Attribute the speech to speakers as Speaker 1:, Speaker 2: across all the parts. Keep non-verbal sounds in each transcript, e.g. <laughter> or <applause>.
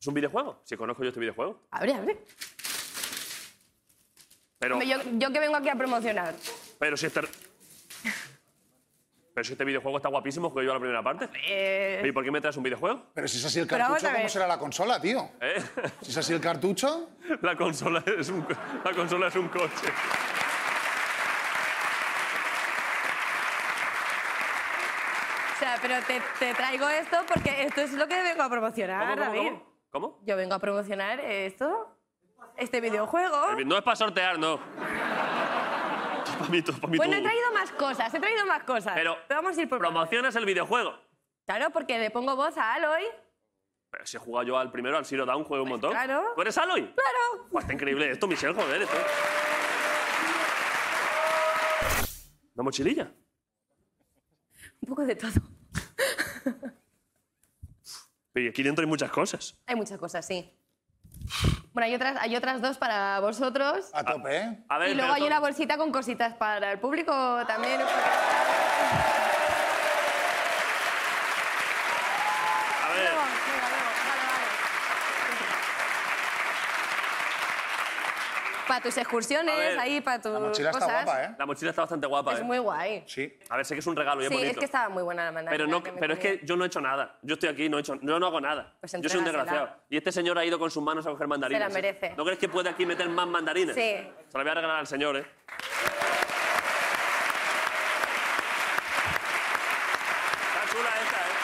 Speaker 1: Es un videojuego. Si conozco yo este videojuego.
Speaker 2: abre, abre.
Speaker 1: Pero,
Speaker 2: Yo, yo que vengo aquí a promocionar.
Speaker 1: pero si este. Pero si este videojuego está guapísimo, jugué yo a la primera parte.
Speaker 2: Eh.
Speaker 1: ¿Y por qué me traes un videojuego? <laughs>
Speaker 3: Pero si es así el
Speaker 2: Pero vamos
Speaker 3: cartucho,
Speaker 2: a ver.
Speaker 3: ¿cómo será la consola, tío?
Speaker 1: ¿Eh?
Speaker 3: Si es así el cartucho,
Speaker 1: La consola es un, co- la consola es un coche.
Speaker 2: O sea, pero te, te traigo esto porque esto es lo que vengo a
Speaker 1: ¿Cómo,
Speaker 2: promocionar,
Speaker 1: cómo,
Speaker 2: Ah, David.
Speaker 1: cómo? ¿Cómo?
Speaker 2: Yo vengo a promocionar esto, este videojuego.
Speaker 1: No es para sortear, no. Para mí, todo- para mí
Speaker 2: Bueno, Pues he
Speaker 1: todo.
Speaker 2: traído más cosas, he traído más cosas.
Speaker 1: Pero-
Speaker 2: vamos a ir por...
Speaker 1: Promocionas el videojuego.
Speaker 2: Claro, porque le pongo voz a Aloy.
Speaker 1: Pero si he jugado yo al primero, al Zero Down, juego un montón.
Speaker 2: Pues claro.
Speaker 1: ¿Tú eres Aloy?
Speaker 2: Claro.
Speaker 1: Pues está increíble esto, Michelle, joder. Esto. Una mochililla.
Speaker 2: Un poco de todo.
Speaker 1: Pero aquí dentro hay muchas cosas.
Speaker 2: Hay muchas cosas, sí. Bueno, hay otras, hay otras dos para vosotros.
Speaker 3: a tope, ¿eh?
Speaker 1: A ver,
Speaker 2: y luego
Speaker 1: pero
Speaker 2: hay
Speaker 1: tú-
Speaker 2: una bolsita con cositas para el público también.
Speaker 1: A ver,
Speaker 2: Luego, venga, luego. Vale, vale. Para tus
Speaker 1: A
Speaker 2: excursiones,
Speaker 1: ver.
Speaker 2: ahí, para tus
Speaker 3: La mochila
Speaker 2: cosas.
Speaker 3: está guapa, ¿eh?
Speaker 1: la mochila está bastante guapa.
Speaker 2: Es
Speaker 1: ¿eh?
Speaker 2: muy guay.
Speaker 3: Sí.
Speaker 1: A ver, sé que es un regalo y
Speaker 2: Sí,
Speaker 1: es bonito.
Speaker 2: es que estaba muy buena la mandarina.
Speaker 1: Pero, no,
Speaker 2: me
Speaker 1: pero es
Speaker 2: comí.
Speaker 1: que yo no he hecho nada. Yo estoy aquí, no he hecho, yo no hago nada.
Speaker 2: Pues
Speaker 1: yo soy un
Speaker 2: entrégasela.
Speaker 1: desgraciado. Y este señor ha ido con sus manos a coger mandarinas.
Speaker 2: Se la
Speaker 1: ¿eh?
Speaker 2: merece.
Speaker 1: ¿No crees que puede aquí meter más mandarinas?
Speaker 2: Sí.
Speaker 1: Se la voy a regalar al señor, ¿eh? Está chula esta, ¿eh?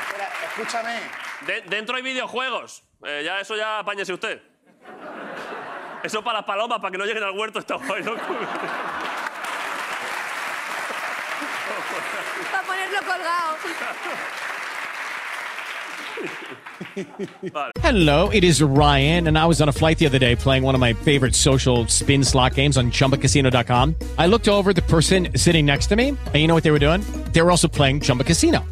Speaker 3: Espera, escúchame.
Speaker 1: De- dentro hay videojuegos. Eh, ya eso ya apáñese usted. Eso para las palomas, para que no lleguen al huerto está guay, <laughs> ¿no?
Speaker 2: Para ponerlo
Speaker 1: <laughs>
Speaker 2: colgado.
Speaker 4: Hello, it is Ryan, and I was on a flight the other day playing one of my favorite social spin slot games on chumbacasino.com. I looked over at the person sitting next to me, and you know what they were doing? They were also playing Chumba Casino.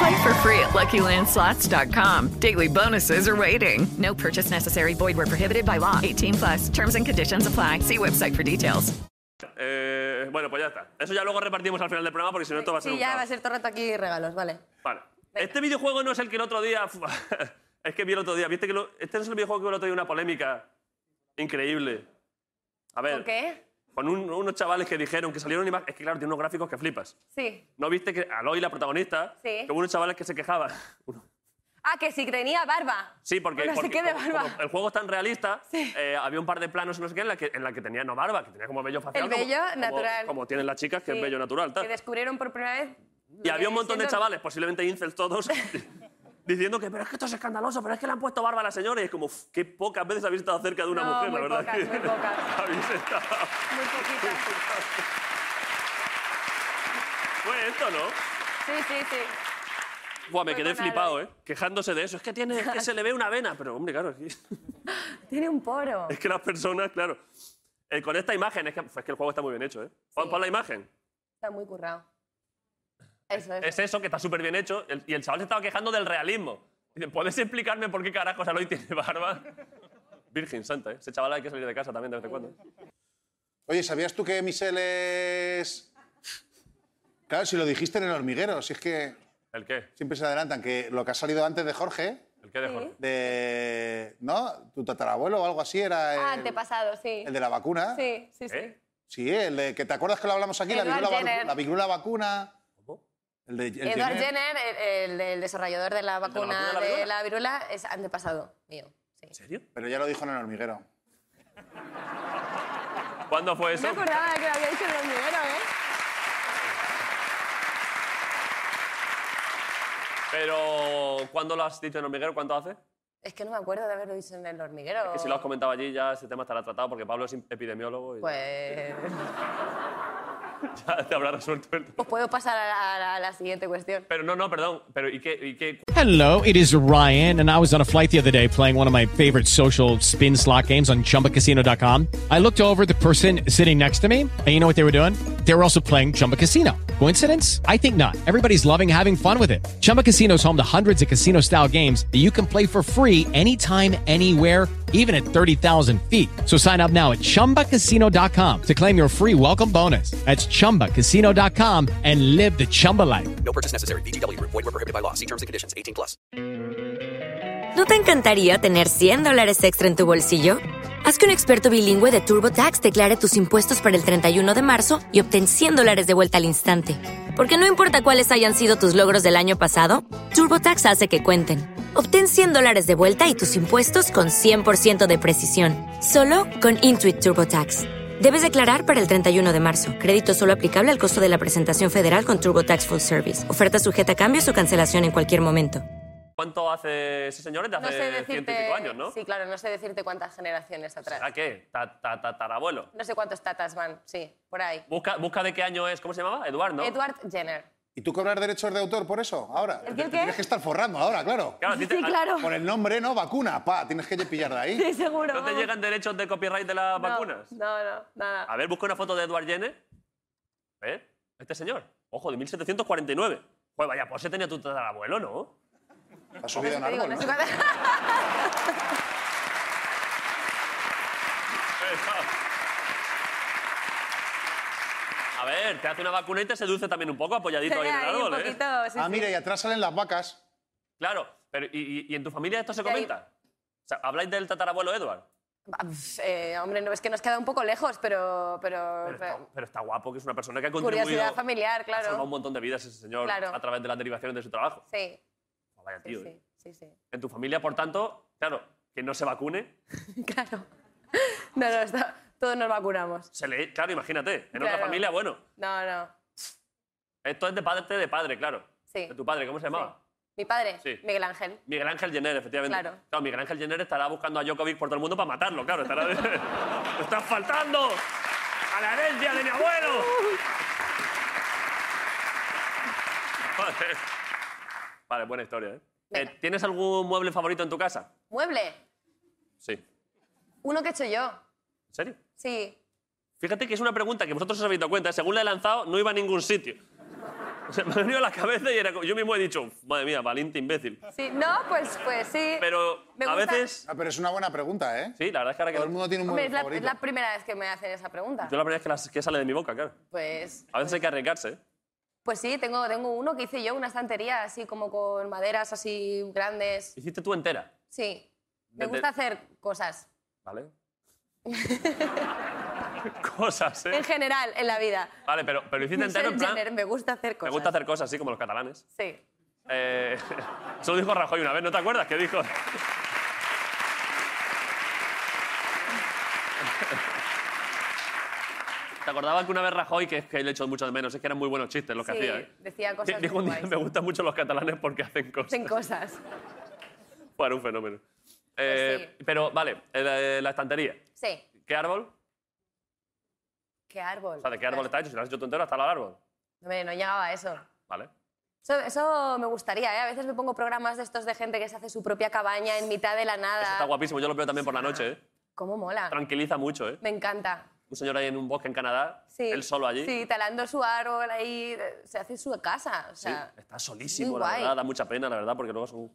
Speaker 5: Play for free at LuckyLandSlots.com. Daily bonuses are waiting. No purchase necessary. Void where prohibited by law. 18 plus terms and conditions apply. See website for details.
Speaker 1: Eh, bueno, pues ya está. Eso ya luego repartimos al final del programa porque si no esto va a ser
Speaker 2: Sí,
Speaker 1: un
Speaker 2: ya
Speaker 1: caos.
Speaker 2: va a ser todo el rato aquí regalos, vale.
Speaker 1: Vale. Este videojuego no es el que el otro día... <laughs> Es que vi el otro día, viste que lo- este es el videojuego que el otro día una polémica increíble. A ver,
Speaker 2: ¿Por qué?
Speaker 1: con un- unos chavales que dijeron que salieron imágenes, es que claro, tiene unos gráficos que flipas.
Speaker 2: Sí.
Speaker 1: ¿No viste que Aloy, la protagonista,
Speaker 2: Sí.
Speaker 1: que hubo unos chavales que se quejaban? <laughs>
Speaker 2: Ah, que si tenía barba.
Speaker 1: Sí, porque,
Speaker 2: Bueno, se
Speaker 1: porque
Speaker 2: quede
Speaker 1: como-
Speaker 2: barba.
Speaker 1: como el juego es tan realista, eh, había un par de planos no sé qué, en la que, en la que tenía no barba, que tenía como vello facial.
Speaker 2: El
Speaker 1: como-
Speaker 2: vello
Speaker 1: como-
Speaker 2: natural.
Speaker 1: Como tienen las chicas, que
Speaker 2: Sí.
Speaker 1: es vello natural. tal.
Speaker 2: Que descubrieron por primera vez.
Speaker 1: Y había un montón de
Speaker 2: diciendo-
Speaker 1: chavales, posiblemente incels todos, <laughs> diciendo que, pero es que esto es escandaloso, pero es que le han puesto barba a la señora. Y es como, "Uf, qué pocas veces habéis estado cerca de una
Speaker 2: No,
Speaker 1: mujer,
Speaker 2: muy
Speaker 1: la verdad.
Speaker 2: pocas, muy pocas.
Speaker 1: <laughs> habéis estado...
Speaker 2: Muy
Speaker 1: <laughs>
Speaker 2: poquitas.
Speaker 1: Fue esto, ¿no?
Speaker 2: Sí, sí, sí.
Speaker 1: Buah, me
Speaker 2: Fue
Speaker 1: quedé
Speaker 2: con
Speaker 1: flipado, ¿eh? Quejándose de eso. Es que, tiene, es que se le ve una vena, pero hombre, claro, es que... <laughs>
Speaker 2: Tiene un poro.
Speaker 1: Es que las personas, claro. eh, con esta imagen, es que, pues, es que el juego está muy bien hecho, ¿eh? Juan, pon la imagen.
Speaker 2: Está muy currado. Eso es.
Speaker 1: Es eso, que está súper bien hecho. el- y el chaval se estaba quejando del realismo. Dice, ¿puedes explicarme por qué carajos Aloy tiene barba? <laughs> Virgen santa, ¿eh? Ese chaval hay que salir de casa también de vez en cuando.
Speaker 3: Oye, ¿sabías tú que Michelle es...? Claro, si lo dijiste en el hormiguero, si es que
Speaker 1: ¿El qué?
Speaker 3: siempre se adelantan, que lo que ha salido antes de Jorge,
Speaker 1: ¿El qué de Jorge?
Speaker 3: de... ¿No? Tu tatarabuelo o algo así era el,
Speaker 2: Ah, antepasado, sí.
Speaker 3: el de la vacuna.
Speaker 2: Sí, sí, sí.
Speaker 3: Sí, el de... que ¿Te acuerdas que lo hablamos aquí? La
Speaker 2: Edward
Speaker 3: viruela, vacu-
Speaker 2: Jenner.
Speaker 3: la viruela vacuna. El de el
Speaker 2: Edward
Speaker 3: Jenner.
Speaker 2: Jenner, el, el- el desarrollador de la vacuna
Speaker 3: vacuna de la
Speaker 2: de la viruela, es antepasado mío.
Speaker 1: ¿En serio?
Speaker 3: Pero ya lo dijo en el hormiguero.
Speaker 1: ¿Cuándo fue
Speaker 2: No
Speaker 1: eso?
Speaker 2: me acordaba que lo había hecho en el hormiguero, ¿eh?
Speaker 1: Pero, ¿cuándo lo has dicho en Hormiguero? ¿Cuánto hace?
Speaker 2: Es que no me acuerdo de haberlo dicho en el hormiguero.
Speaker 1: Que si lo has comentado allí ya ese tema estará tratado porque Pablo es epidemiólogo y
Speaker 2: Pues.
Speaker 1: ya <laughs> te habrá resuelto el
Speaker 2: Pues puedo pasar a la, a la- a la siguiente cuestión.
Speaker 1: Pero no, no, perdón. Pero ¿y qué? ¿Y qué?
Speaker 4: Hello, it is Ryan, and I was on a flight the other day playing one of my favorite social spin slot games on chumbacasino.com. I looked over at the person sitting next to me, and you know what they were doing? They were also playing Chumba Casino. Coincidence? I think not. Everybody's loving having fun with it. Chumba Casino is home to hundreds of casino style games that you can play for free anytime, anywhere, even at 30,000 feet. So sign up now at chumbacasino.com to claim your free welcome bonus. That's chumbacasino.com and live the Chumba life.
Speaker 6: No purchase necessary. VGW Group. Void were prohibited by law. See terms and conditions. 18 plus.
Speaker 7: ¿No te encantaría tener 100 dólares extra en tu bolsillo? Haz que un experto bilingüe de TurboTax declare tus impuestos para el 31 de marzo y obtén 100 dólares de vuelta al instante. Porque no importa cuáles hayan sido tus logros del año pasado, TurboTax hace que cuenten. Obtén 100 dólares de vuelta y tus impuestos con 100% de precisión, solo con Intuit TurboTax. Debes declarar para el 31 de marzo. Crédito solo aplicable al costo de la presentación federal con TurboTax Full Service. Oferta sujeta a cambios o cancelación en cualquier momento.
Speaker 1: ¿Cuánto hace ese señor? De hace
Speaker 2: No sé
Speaker 1: ciento y
Speaker 2: decirte.
Speaker 1: pico años, ¿no?
Speaker 2: Sí, claro, no sé decirte cuántas generaciones atrás.
Speaker 1: ¿A qué? Ta- ta- ta- Tatarabuelo.
Speaker 2: No sé cuántos tatas van, sí, por ahí.
Speaker 1: Busca, busca de qué año es. ¿Cómo se llamaba? Eduardo, ¿no?
Speaker 2: Edward Jenner.
Speaker 3: ¿Y tú cobras derechos de autor por eso? Ahora.
Speaker 2: ¿El
Speaker 3: Te-
Speaker 2: qué,
Speaker 3: te
Speaker 2: el qué?
Speaker 3: Tienes que estar forrando ahora, claro.
Speaker 1: Claro,
Speaker 2: <laughs>
Speaker 1: a ti te- Sí, claro.
Speaker 3: Por el nombre, ¿no? Vacuna, pa, tienes que pillar de ahí.
Speaker 2: Sí, seguro.
Speaker 1: ¿No te
Speaker 2: vamos.
Speaker 1: llegan derechos de copyright de las
Speaker 2: No,
Speaker 1: vacunas?
Speaker 2: No, no, nada.
Speaker 1: A ver, busca una foto de Edward Jenner. ¿Eh? Este señor. Ojo, de 1749. Pues vaya, pues se tenía tu tatarabuelo, ¿no?
Speaker 3: Ha subido un
Speaker 2: Te digo,
Speaker 3: árbol,
Speaker 2: no
Speaker 3: ¿no?
Speaker 2: sé cuántas-
Speaker 1: A ver, te hace una vacuna y te seduce también un poco apoyadito ahí en el
Speaker 2: Ahí un
Speaker 1: árbol, ¿eh?
Speaker 2: poquito, sí,
Speaker 3: Ah,
Speaker 2: sí.
Speaker 3: mira, y atrás salen las vacas.
Speaker 1: Claro, pero ¿y, y- y en tu familia esto se comenta? O sea, ¿habláis del tatarabuelo Edward?
Speaker 2: Ah, pf, eh, hombre, no, es que nos queda un poco lejos, pero... pero,
Speaker 1: Pero
Speaker 2: pero-
Speaker 1: está, pero está guapo, que es una persona que ha contribuido
Speaker 2: curiosidad familiar,
Speaker 1: a formar
Speaker 2: claro.
Speaker 1: un montón de vidas ese señor
Speaker 2: Claro.
Speaker 1: a través de las derivaciones de su trabajo.
Speaker 2: Sí,
Speaker 1: Pues vaya
Speaker 2: sí,
Speaker 1: tío, ¿eh?
Speaker 2: sí, sí, sí. <laughs>
Speaker 1: En tu familia, por tanto, claro, que no se vacune,
Speaker 2: No, no, está- todos nos vacunamos.
Speaker 1: se le... Claro, imagínate, en otra
Speaker 2: Claro.
Speaker 1: familia, bueno.
Speaker 2: No, no.
Speaker 1: Esto es de parte de padre, claro.
Speaker 2: Sí.
Speaker 1: De tu padre, ¿cómo se llamaba?
Speaker 2: Mi padre,
Speaker 1: Sí.
Speaker 2: Miguel Ángel.
Speaker 1: Miguel Ángel Jenner, efectivamente.
Speaker 2: Claro.
Speaker 1: Miguel Ángel Jenner estará buscando a Djokovic por todo el mundo para matarlo, claro. Estará... <laughs> ¡Me ¡Estás faltando a la herencia de mi abuelo! <laughs> Joder. Vale, buena historia, ¿eh? Eh, ¿Tienes algún mueble favorito en tu casa?
Speaker 2: Mueble,
Speaker 1: Sí. ¿En
Speaker 2: uno que he hecho yo.
Speaker 1: serio?
Speaker 2: Sí,
Speaker 1: Fíjate que es una pregunta que vosotros os habéis dado cuenta. ¿eh? Según la he lanzado, no iba a ningún sitio. <laughs> O sea, me ha venido a la cabeza y era como- yo mismo he dicho, madre mía, valiente imbécil.
Speaker 2: sí. No, pues, pues sí.
Speaker 1: Pero
Speaker 2: Me
Speaker 1: a
Speaker 2: gusta-
Speaker 1: veces...
Speaker 3: Ah, pero es una buena pregunta, ¿eh?
Speaker 1: Sí, la verdad es que ahora que...
Speaker 3: Todo el mundo tiene un mueble
Speaker 2: Hombre, es la, es
Speaker 3: favorito.
Speaker 2: la primera vez que me hacen esa pregunta.
Speaker 1: Yo la primera vez que, las- que sale de mi boca, claro.
Speaker 2: Pues,
Speaker 1: A veces hay que arriesgarse, ¿eh?
Speaker 2: pues sí, tengo, tengo uno que hice yo, una estantería así como con maderas así grandes.
Speaker 1: Hiciste tú entera.
Speaker 2: Sí. Me
Speaker 1: Desde-
Speaker 2: gusta hacer cosas. <laughs>
Speaker 1: ¿Vale? Cosas, ¿eh?
Speaker 2: En general, en la vida.
Speaker 1: Vale, pero, pero lo hiciste
Speaker 2: Michelle
Speaker 1: entero en plan...
Speaker 2: Jenner, me gusta hacer cosas.
Speaker 1: Me gusta hacer cosas así como los catalanes.
Speaker 2: Sí.
Speaker 1: Eh, <laughs> eso lo dijo Rajoy una vez, ¿no te acuerdas? ¿Qué dijo? <laughs> ¿Te acordabas que una vez Rajoy, que es que le he hecho mucho de menos, es que eran muy buenos chistes los que
Speaker 2: Sí,
Speaker 1: hacía, ¿eh?
Speaker 2: decía cosas
Speaker 1: <laughs> Dijo
Speaker 2: muy
Speaker 1: un día,
Speaker 2: guays.
Speaker 1: me gustan mucho los catalanes porque hacen cosas.
Speaker 2: Hacen cosas.
Speaker 1: Bueno, un fenómeno.
Speaker 2: Pues
Speaker 1: Eh, Pero, vale, eh, la, la estantería.
Speaker 2: Sí.
Speaker 1: ¿Qué árbol?
Speaker 2: ¿Qué árbol?
Speaker 1: O sea, ¿de qué árbol está hecho? Si lo has hecho tú entero, hasta el árbol.
Speaker 2: Hombre, no llegaba a eso.
Speaker 1: Vale.
Speaker 2: Eso, eso me gustaría, ¿eh? A veces me pongo programas de estos de gente que se hace su propia cabaña en mitad de la nada.
Speaker 1: Está guapísimo, yo lo veo también por la noche, ¿eh?
Speaker 2: ¿Cómo mola?
Speaker 1: Tranquiliza mucho, ¿eh?
Speaker 2: Me encanta.
Speaker 1: Un señor ahí en un bosque en Canadá,
Speaker 2: Sí.
Speaker 1: él solo allí.
Speaker 2: Sí, talando su árbol ahí, eh, se hace su casa, o
Speaker 1: Sí,
Speaker 2: sea,
Speaker 1: está solísimo,
Speaker 2: muy
Speaker 1: la
Speaker 2: guay.
Speaker 1: verdad. Da mucha pena, la verdad, porque luego son-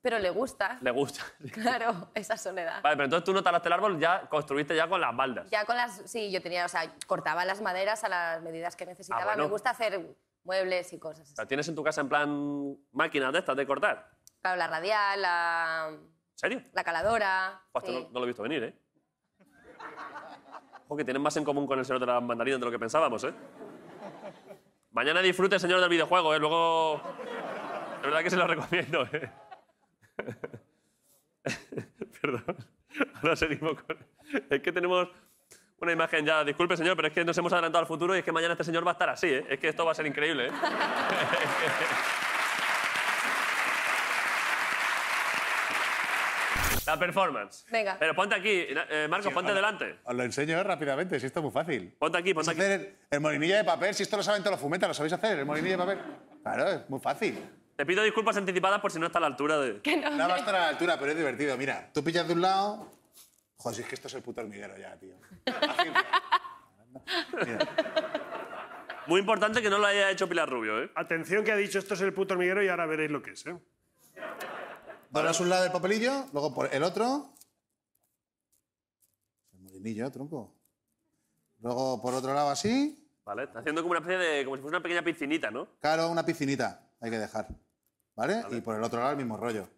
Speaker 2: pero le gusta,
Speaker 1: le gusta.
Speaker 2: <laughs>
Speaker 1: <laughs>
Speaker 2: claro, esa soledad.
Speaker 1: Vale, pero entonces tú no talaste el árbol, ya construiste ya con las baldas.
Speaker 2: Ya con las, sí, yo tenía, o sea, cortaba las maderas a las medidas que necesitaba.
Speaker 1: Ah, bueno.
Speaker 2: Me gusta hacer muebles y cosas.
Speaker 1: O sea, ¿Tienes en tu casa en plan máquinas de estas de cortar?
Speaker 2: Claro, la radial, la,
Speaker 1: ¿En serio?
Speaker 2: la caladora.
Speaker 1: Pues esto
Speaker 2: sí.
Speaker 1: no, no lo he visto venir, ¿eh? Ojo, que tienen más en común con el señor de las mandarinas de lo que pensábamos, ¿eh? Mañana disfrute, señor del videojuego, ¿eh? Luego... De verdad que se lo recomiendo, ¿eh? <laughs> Perdón. Ahora seguimos con... Es que tenemos una imagen ya... Disculpe, señor, pero es que nos hemos adelantado al futuro y es que mañana este señor va a estar así, ¿eh? Es que esto va a ser increíble, ¿eh? <laughs> La performance.
Speaker 2: Venga.
Speaker 1: Pero ponte aquí, eh, Marcos,
Speaker 3: Sí,
Speaker 1: ponte
Speaker 3: os-
Speaker 1: delante.
Speaker 3: Os lo enseño ¿eh? rápidamente, si esto es muy fácil.
Speaker 1: Ponte Pues aquí, ponte
Speaker 3: aquí. El, el molinillo de papel, si esto lo saben todos los fumetas, lo sabéis hacer, el molinillo de papel. Claro, es muy fácil.
Speaker 1: Te pido disculpas anticipadas por si no está a la altura de...
Speaker 3: No va a estar a la altura, pero es divertido. Mira, tú pillas de un lado. Joder, si es que esto es el puto hormiguero ya, tío.
Speaker 1: Muy importante que no lo haya hecho Pilar Rubio, ¿eh?
Speaker 8: Atención que ha dicho esto es el puto hormiguero y ahora veréis lo que es, ¿eh?
Speaker 3: Doblas un lado del papelillo, luego por el otro. El molinillo, tronco. Luego por otro lado así.
Speaker 1: Vale, está haciendo como una especie de... como si fuese una pequeña piscinita, ¿no?
Speaker 3: Claro, una piscinita hay que dejar. ¿Vale? Y por el otro lado el mismo rollo.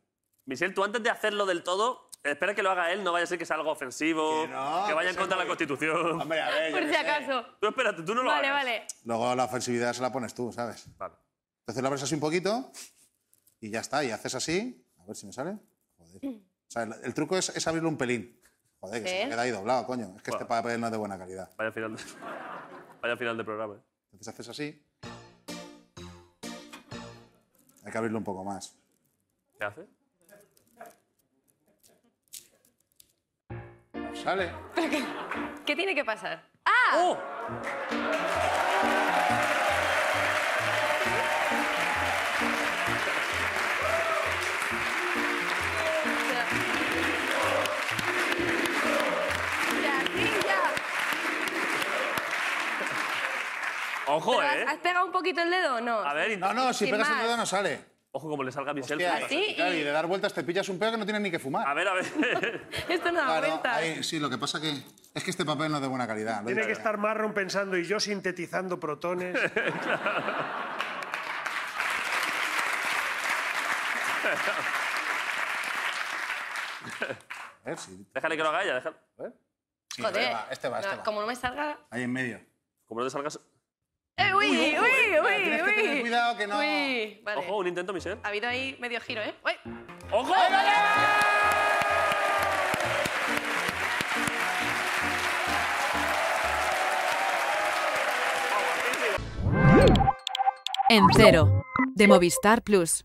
Speaker 1: Michelle, tú antes de hacerlo del todo, espera que lo haga él, no vaya a ser que sea algo ofensivo, que, vaya en contra de la Constitución.
Speaker 3: Hombre, a ver,
Speaker 9: Por si
Speaker 1: eh.
Speaker 9: acaso.
Speaker 1: Tú espérate, tú no lo
Speaker 9: Vale,
Speaker 1: hagas.
Speaker 9: vale.
Speaker 3: Luego la ofensividad se la pones tú, ¿sabes?
Speaker 1: Vale.
Speaker 3: Entonces lo abres así un poquito y ya está. Y haces así. A ver si me sale. O sea, el, el truco es, es abrirlo un pelín. Joder, que se
Speaker 1: ¿Sí?
Speaker 3: me queda ahí doblado, coño. Es que este papel no es de buena calidad.
Speaker 1: Vaya final de... <laughs> Vaya final de programa, ¿eh?
Speaker 3: Entonces haces así. Hay que abrirlo un poco más.
Speaker 1: ¿Qué hace?
Speaker 3: Sale.
Speaker 2: ¿Qué tiene que pasar? ¡Ah!
Speaker 1: Ojo,
Speaker 2: ¿Pero
Speaker 1: ¿eh?
Speaker 2: ¿Has, has pegado un poquito el dedo o no?
Speaker 1: A ver,
Speaker 3: No, no, si
Speaker 2: Sin
Speaker 3: pegas
Speaker 2: más.
Speaker 3: el dedo no sale.
Speaker 1: Ojo, como le salga a Michelle.
Speaker 3: Hostia,
Speaker 1: flipas.
Speaker 3: y claro, y de dar vueltas te pillas un peo que no tienes ni que fumar.
Speaker 1: A ver, a ver.
Speaker 2: <laughs>
Speaker 1: <laughs>
Speaker 2: Esto no da vuelta.
Speaker 3: sí, lo que pasa que es que este papel no es de buena calidad. lo
Speaker 8: Tiene
Speaker 3: digo.
Speaker 8: que estar Marron pensando y yo sintetizando
Speaker 3: <laughs>
Speaker 8: protones.
Speaker 3: A ver, Eh, sí.
Speaker 1: Déjale que lo haga ella, déjale.
Speaker 3: Sí,
Speaker 2: Joder.
Speaker 3: Este va, este va.
Speaker 2: No,
Speaker 3: Este va.
Speaker 2: Como no me salga...
Speaker 3: Ahí en medio.
Speaker 1: Como no te salgas...
Speaker 2: ¡Eh, uy, uy,
Speaker 3: ojo, cuidado,
Speaker 2: uy!
Speaker 3: tienes que tener
Speaker 2: uy.
Speaker 3: cuidado que no-
Speaker 2: Uy, vale.
Speaker 1: Ojo, un intento, Michelle.
Speaker 2: Ha habido ahí medio giro, ¿eh? Uy.
Speaker 1: ¡Ojo!
Speaker 10: En cero, de Movistar Plus.